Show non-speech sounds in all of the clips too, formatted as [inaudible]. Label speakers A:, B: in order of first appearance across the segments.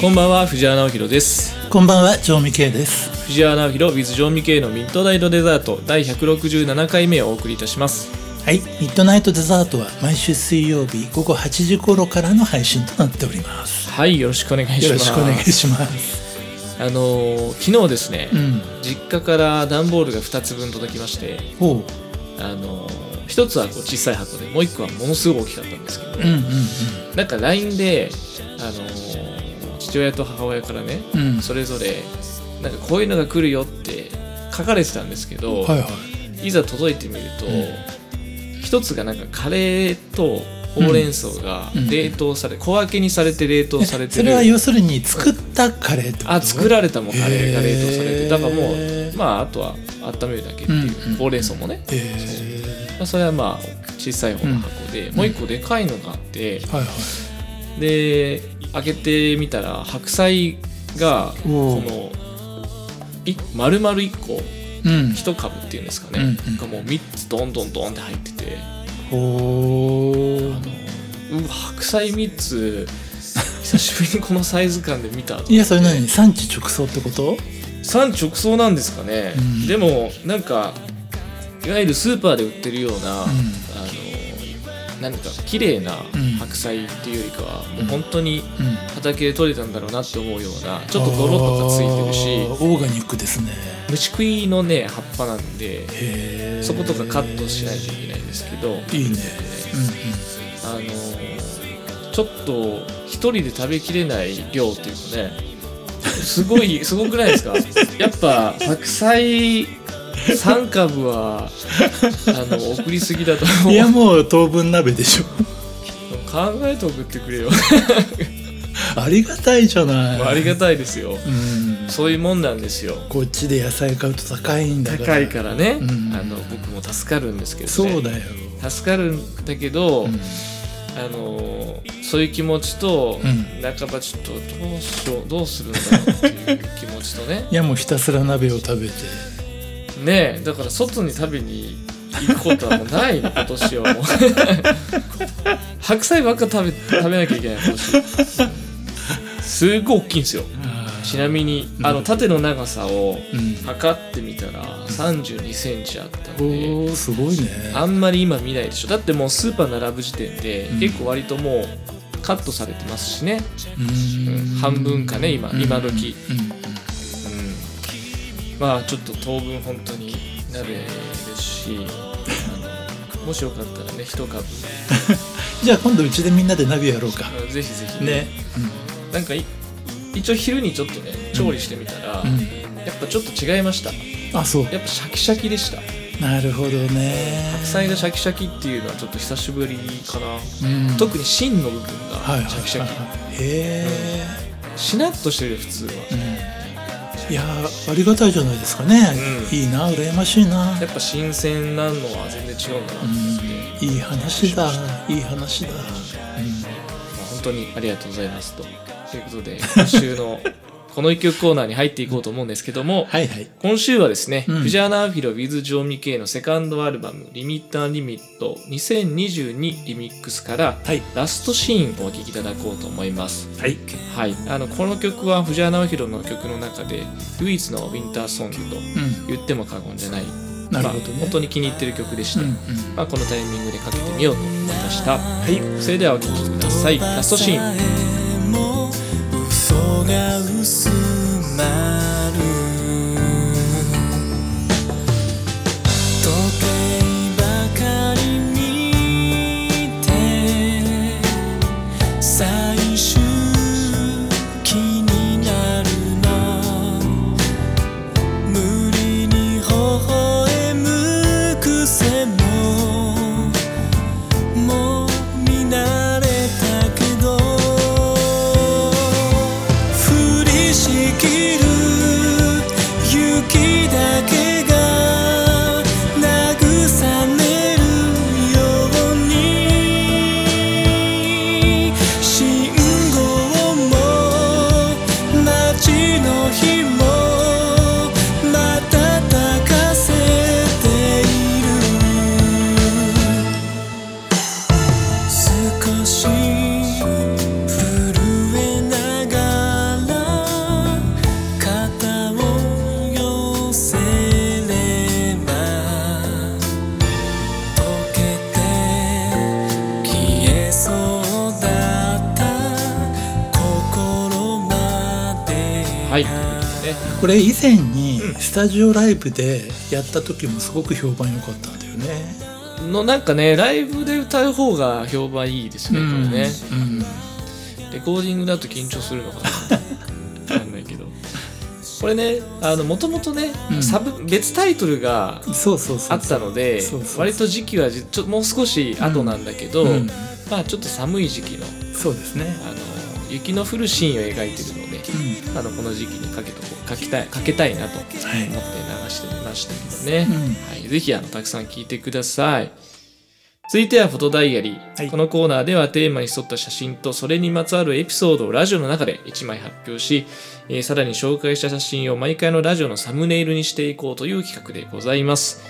A: こんばんは藤原直弘です
B: こんばんは、調味系です。
A: 藤原直弘 with ジョンミケイのミッドナイトデザート第167回目をお送りいたします
B: はい、ミッドナイトデザートは毎週水曜日午後8時頃からの配信となっております。
A: はいよろしくお願いします
B: よろしくお願いします。
A: あのー昨日ですね、
B: うん。
A: 実家から段ボールが2つ分届きまして
B: おう。
A: あのー、1つはこう小さい箱でもう1個はものすごく大きかったんですけど
B: うんうん
A: なんか LINE で、あのー父親と母親からね
B: うん。うん。
A: それぞれなんかこういうのが来るよって書かれてたんですけど、
B: はいはい。
A: いざ届いてみると、一つがなんかカレーとほうれん草が
B: うん
A: 冷凍され、小分けにされて冷凍され
B: え
A: て
B: そ
A: る
B: れは要するに作ったカレーってこと
A: あ作られたもんカレーが冷凍されて
B: へー
A: だからもうまああとは温めるだけっていう、
B: うんうん
A: ほうれん草もね、
B: へえ
A: まあ、それはまあ小さい方の箱で、もう一個でかいのがあって、
B: はいはい。
A: で開けてみたら白菜がこ
B: おう
A: のい丸々1個
B: うん。
A: 1株っていうんですかね、
B: うんうん
A: がもう3つドンドンドンって入ってて。
B: おー
A: うわ白菜3つ久しぶりにこのサイズ感で見た
B: いや、それ何産地直送ってこと
A: 産直送なんですかね、
B: うん
A: でもなんかいわゆるスーパーで売ってるような、あ
B: うん
A: の何か綺麗な
B: うん
A: 白菜っていうよりかは、もううん本当に
B: うん。
A: 畑で採れたんだろうなって思うようなちょっと泥とかついてる
B: あ
A: し
B: ーオーガニックですね。
A: 虫食いのね葉っぱなんで
B: へえ。
A: そことかカットしないといけないんですけど
B: いいね。
A: あのーちょっと一人で食べきれない量っていうかねすご
B: [laughs]
A: いすごくないですかやっぱ白菜3株はあの送りすぎだと
B: うんうん。いや、
A: 思う
B: もう当分鍋でしょ。 [laughs]
A: 考えて送ってくれよ
B: ありがたいじゃない。
A: ありがたいですよ
B: うん。
A: そういうもんなんですよ
B: こっちで野菜買うと高いんだから。
A: 高いからね、
B: うん
A: あの僕も助かるんですけど、ね、
B: そうだよ。
A: 助かるんだけど、
B: うん
A: あのーそういう気持ちと、
B: うん
A: 半ばちょっとどうしようどうするんだろうっていう気持ちとね
B: いやもうひたすら鍋を食べて。
A: ねえだから外に食べに行くことはもうない
B: [laughs]
A: の今年はもう白菜ばっか食べ食べなきゃいけない今年すごい大きいんですよちなみにあの縦の長さを
B: うん。
A: 測ってみたら3 2センチあったんで
B: おおすごいね。
A: あんまり今見ないでしょだってもうスーパー並ぶ時点で
B: うん
A: 結構割ともうカットされてますしね、
B: うん
A: うん半分かね今今時。
B: うんうん
A: うんまあちょっと当分本当に鍋ですしあのもしよかったらね一株
B: じゃあ今度うちでみんなで鍋やろうか。
A: あぜひぜひ
B: ね。
A: なんかい一応昼にちょっとね調理してみたら、
B: うんうん
A: やっぱちょっと違いました
B: あそう。
A: やっぱシャキシャキでした
B: なるほどね。
A: 白菜がシャキシャキっていうのはちょっと久しぶりかな、
B: うん
A: 特に芯の部分
B: はいはい
A: がシャキシャキ、
B: はいはい。へ
A: しなっとしてるよ普通は
B: え。うんいやーありがたいじゃないですかね。
A: うん
B: いいな羨ましいな。
A: やっぱ新鮮なのは全然違うんだなと
B: う
A: 思って、
B: んいい話だ。いい話だ。うん
A: まあ本当にありがとうございますと。ということで、今週
B: [laughs]
A: のこの一曲コーナーに入っていこうと思うんですけども、
B: はいはい。
A: 今週はですね、
B: うん
A: 藤原アフィロ with ジョーミケイのセカンドアルバム、リミッターリミット2022リミックスから、
B: はい。
A: ラストシーンをお聴きいただこうと思います。
B: はい。
A: はい。あの、この曲は藤原アフィロの曲の中で、唯一のウィンターソングと
B: うん。
A: 言っても過言じゃない、
B: なるほ
A: ま
B: ど
A: あ
B: ね
A: 本。当に気に入ってる曲でした。
B: うんうん。
A: まあ、このタイミングでかけてみようと思いました。
B: はい。
A: それではお聴きください。ラストシーン。
C: も嘘が薄まる時計ばかり見て最終気になるの無理に微笑む癖ももう見慣れたけど降りしきる雪だけが慰めるように信号
A: はいということでね
B: これ以前にスタジオライブでやった時もすごく評判良かったんだよね。
A: のなんかねライブで歌う方が評判いいですねこれね、
B: うん
A: レコーディングだと緊張するのかなわかんないけどこれねあのもともとね、
B: うん
A: サブ別タイトルが
B: うんそうそうそ
A: あ
B: う
A: っ
B: そ
A: た
B: う。
A: ので
B: そうそうそう
A: 割と時期はじちょもう少し後なんだけど、
B: うん
A: まあちょっと寒い時期の
B: そうですね。
A: あの雪の降るシーンを描いてるので
B: うん
A: あのこの時期にかけとこうかけたいかけたいなと思って
B: はい
A: 流してみましたけどね、
B: うん
A: はい、ぜひあのたくさん聴いてください続いてはフォトダイアリー、
B: はい
A: このコーナーではテーマに沿った写真とそれにまつわるエピソードをラジオの中で1枚発表し、えーさらに紹介した写真を毎回のラジオのサムネイルにしていこうという企画でございます、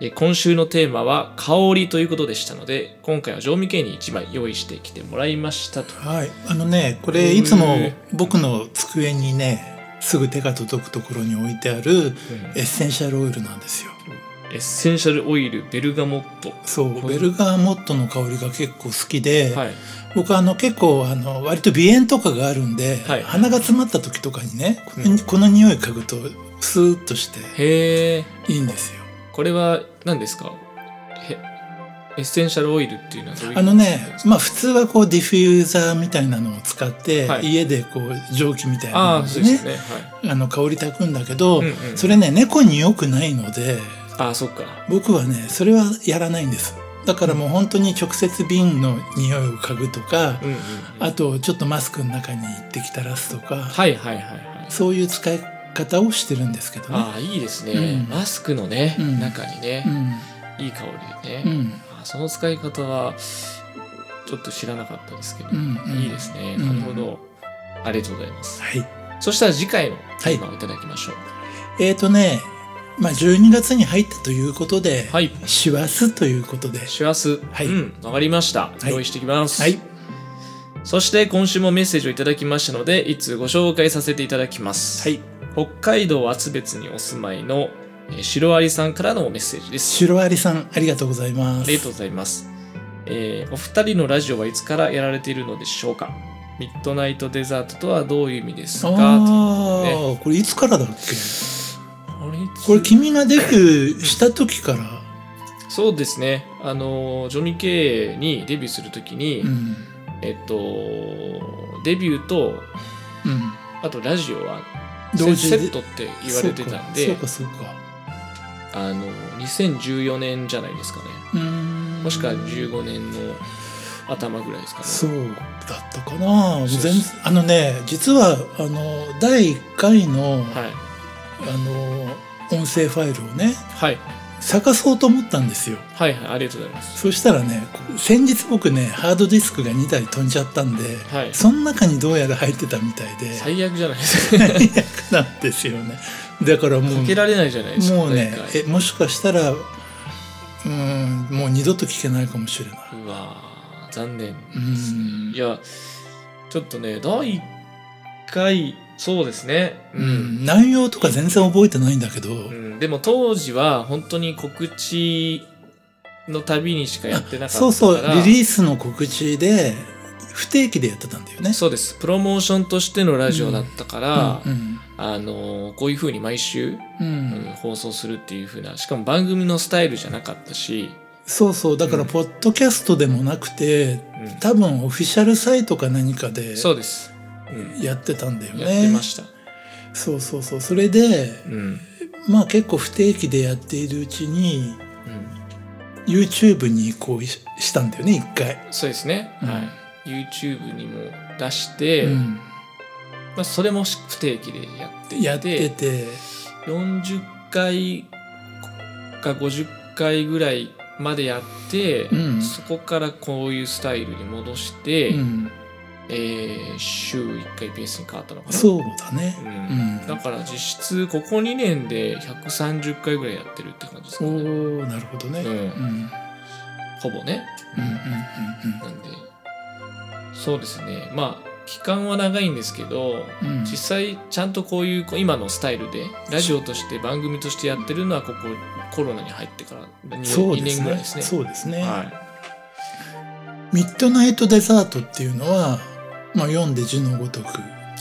A: えー今週のテーマは香りということでしたので今回は常味系に1枚用意してきてもらいましたと
B: はい。あのね、これいつも僕の机にね、すぐ手が届くところに置いてあるエッセンシャルオイルなんですよ。
A: エッセンシャルオイルベルガモット
B: そう、
A: ほい
B: ベルガーモットの香りが結構好きで、
A: はい
B: 僕あの結構あの割と鼻炎とかがあるんで、
A: はい
B: 鼻が詰まった時とかにね、こ
A: う
B: のこの匂い嗅ぐとスーッとして
A: へえ
B: いいんですよ。
A: これは何ですかへエッセンシャルオイルっていうのはどういう
B: あのね、まあ普通はこうディフューザーみたいなのを使って、
A: はい
B: 家でこう蒸気みたい
A: あ
B: な
A: あ
B: の
A: そ
B: で
A: うです
B: ね、
A: ねはい
B: あの香り炊くんだけど、
A: うんうん
B: それね、猫に良くないので、
A: ああそっか
B: 僕はね、それはやらないんです。だからもう本当に直接瓶の匂いを嗅ぐとか
A: う、んうんうん
B: あとちょっとマスクの中に行ってきたらすとか、
A: はいはいはいはい
B: そういう使い方をしてるんですけどね。
A: ああいいですね、
B: うん
A: マスクのね、
B: うん
A: 中にね
B: う、ん、
A: いい香りでね
B: う、ん、
A: ああその使い方はちょっと知らなかったですけど、
B: うんうん
A: いいですね、
B: うん
A: なるほどありがとうございます
B: はい。
A: そしたら次回のテーマをいただきましょう
B: えーとね、まあ12月に入ったということで、
A: はい
B: 師走ということで、
A: シュアス、
B: はい
A: うんわかりました、
B: い
A: 用意してきます
B: はい。
A: そして今週もメッセージをいただきましたので、一通ご紹介させていただきます。
B: はい。
A: 北海道厚別にお住まいの、えー、シロアリさんからのメッセージです。
B: シロアリさん、ありがとうございま
A: あ
B: す。
A: りがとうございます。えーお二人のラジオはいつからやられているのでしょうかミッドナイトデザートとはどういう意味ですか
B: ああ、これいつからだっけ
A: あれ
B: これ君がデビューした時から、
A: そうですね。あのー、ジョミ系にデビューするときに、
B: うん、
A: えっと、デビューと、
B: うん、
A: あとラジオは
B: 同時
A: セ
B: で
A: ットって言われてたんで、
B: そうかそうかそうか
A: あの2014年じゃないですかね
B: うーん
A: もしくは15年の頭ぐらいですかね
B: そうだったかな
A: そう
B: 全あのね実はあの第1回
A: は
B: の,、
A: い
B: あの音声ファイルをね
A: はい
B: 探そうと思ったんですよ
A: はいはいありがとうございます
B: そしたらねこ先日僕ねハードディスクが2台飛んじゃったんで、
A: はい
B: その中にどうやら入ってたみたいで
A: 最悪じゃないですかか
B: [laughs] なんですよねだからもう
A: けられないじゃないですか
B: もうね
A: 大会
B: えもしかしたらうーんもう二度と聞けないかもしれないう
A: わー残念
B: うーん
A: いやちょっとね第1回そうですね
B: うん、内容とか全然覚えてないんだけど、
A: うんでも当時は本当に告知のたびにしかやってなかったから
B: そうそうリリースの告知で不定期でやってたんだよね
A: そうですプロモーションとしてのラジオだったから、
B: うん
A: あのこういうふうに毎週
B: うんう
A: うん
B: ん
A: 放送するっていう風なしかも番組のスタイルじゃなかったし、
B: そうそうだか
A: う
B: ら
A: ん
B: ポッドキャストでもなくて
A: うん
B: 多分オフィシャルサイトか何かで
A: そうです、うん
B: やってたんだよ
A: やって
B: ね
A: ました、
B: そうそうそうそれで
A: うんうん
B: まあ結構不定期でやっているうちに YouTube に移行ししたんだよね一回。
A: そうですね、
B: うん
A: はい YouTube にも出して、
B: うん
A: まあ、それも不定期でやっていて
B: やってて
A: 40回か50回ぐらいまでやって、
B: うん
A: そこからこういうスタイルに戻して、
B: うん
A: えー週1回ペースに変わったのかな
B: そうだね
A: う
B: うんん
A: だから実質ここ2年で130回ぐらいやってるって感じですか
B: お
A: ね、
B: ーなるほどね
A: う
B: うんんうん
A: ほぼね、
B: うん
A: なんでそうですねまあ期間は長いんですけど
B: うんうんうん
A: 実際ちゃんとこういうこう今のスタイルでラジオとして番組としてやってるのはここコロナに入ってから 2,
B: そうで
A: 年
B: すね
A: ぐらいですね
B: そうですね、
A: は
B: ミッドナイトデザートっていうのは、まあ、読んで字のごとく
A: い、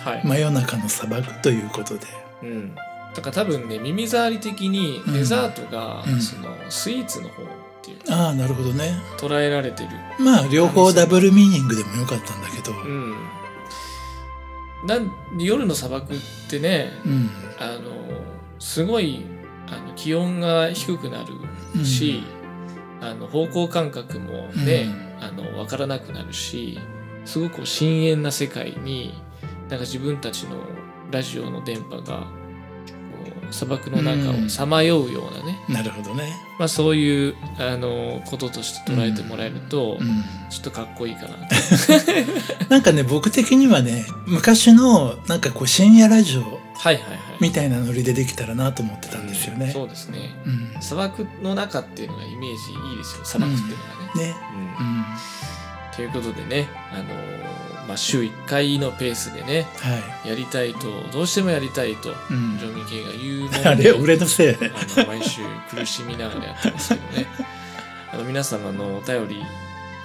A: はい
B: 真夜中の砂漠ということで
A: うんなんか多分ね耳障り的にデザートが、
B: うん
A: そのスイーツの方っていう
B: ああなるほどね
A: 捉えられてる
B: まあ両方ダブルミーニングでもよかったんだけど
A: う
B: うん
A: なん夜の砂漠ってね
B: ん
A: あのすごいあの気温が低くなるし、あの方向感覚もね、あの分からなくなるしすごくこう深遠な世界になんか自分たちのラジオの電波がこう砂漠の中
B: うん
A: をさまようようなね、
B: なるほどね
A: まあ、そういうあのこととして捉えてもらえると、
B: うん
A: ちょっとかっこいいかなと。
B: なんかね僕的にはね昔のなんかこう深夜ラジオ
A: はいはいはい。
B: みたいなノリでできたらなと思ってたんですよね
A: そうですね。
B: うん
A: 砂漠の中っていうのがイメージいいですよ砂漠っていうのがね。
B: ね
A: うん
B: うん
A: ということでね、あのーまあ、週1回のペースでね
B: は
A: やりたいとどうしてもやりたいと
B: い、うん
A: ジョミ系が言うもんで
B: [laughs] あれ俺のせい
A: あの毎週苦しみながらやってますけど
B: [laughs]
A: ねあの皆様のお便り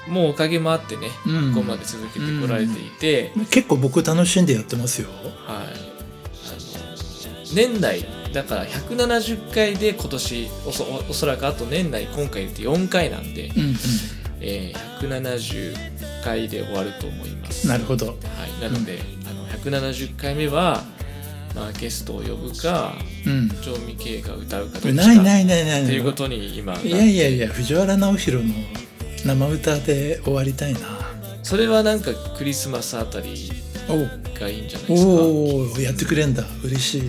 A: もうおかげもあってね、
B: うん
A: ここまで続けてこられていて、
B: 結構僕楽しんでやってますよ
A: はい、あの年内だから170回で今年おそおおそらくあと年内今回って4回なんで、
B: うんうん
A: えー170回で終わると思います。
B: なるほど
A: はい、なので、あの170回目は、まあ、ゲストを呼ぶか
B: うん
A: 調味系が歌うかどっちか
B: ないないないない
A: っ
B: な
A: て
B: い
A: いうことに今
B: いやいやいや藤原直弘の生歌で終わりたいな
A: それはなんかクリスマスあたり
B: お
A: がいいんじゃないですか
B: おおやってくれんだ嬉しい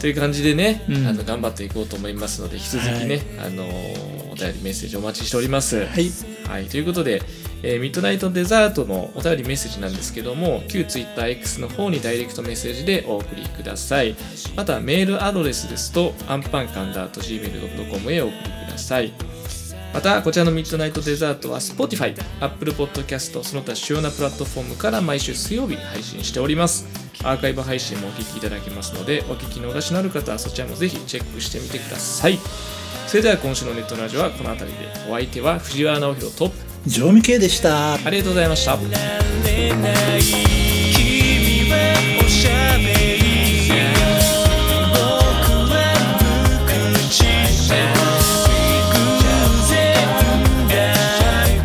A: という感じでね、
B: うん
A: あの頑張っていこうと思いますので引き続きね、あのーお便りメッセージお待ちしております。
B: はい
A: はい、ということで、えーミッドナイトデザートのお便りメッセージなんですけども、旧 TwitterX の方にダイレクトメッセージでお送りください。また、メールアドレスですと、アンパンカンダー .gmail.com へお送りください。また、こちらのミッドナイトデザートは Spotify、Apple Podcast、その他主要なプラットフォームから毎週水曜日配信しております。アーカイブ配信もお聞きいただけますので、お聞き逃しのある方はそちらもぜひチェックしてみてください。それでは今週のネットラジオはこの辺りで、お相手は藤原直弘と、
B: 常味系でした
A: ありがとうございました。
C: られない君はおしゃべり僕は無口だ偶然が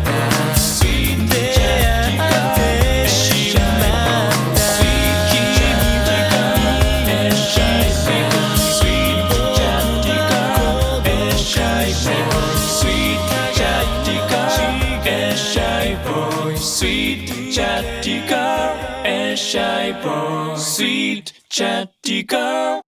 C: 出会ってしまった君はおしゃべり僕はおしゃべり Shy boy, sweet chatty girl, and shy boy, sweet chatty girl.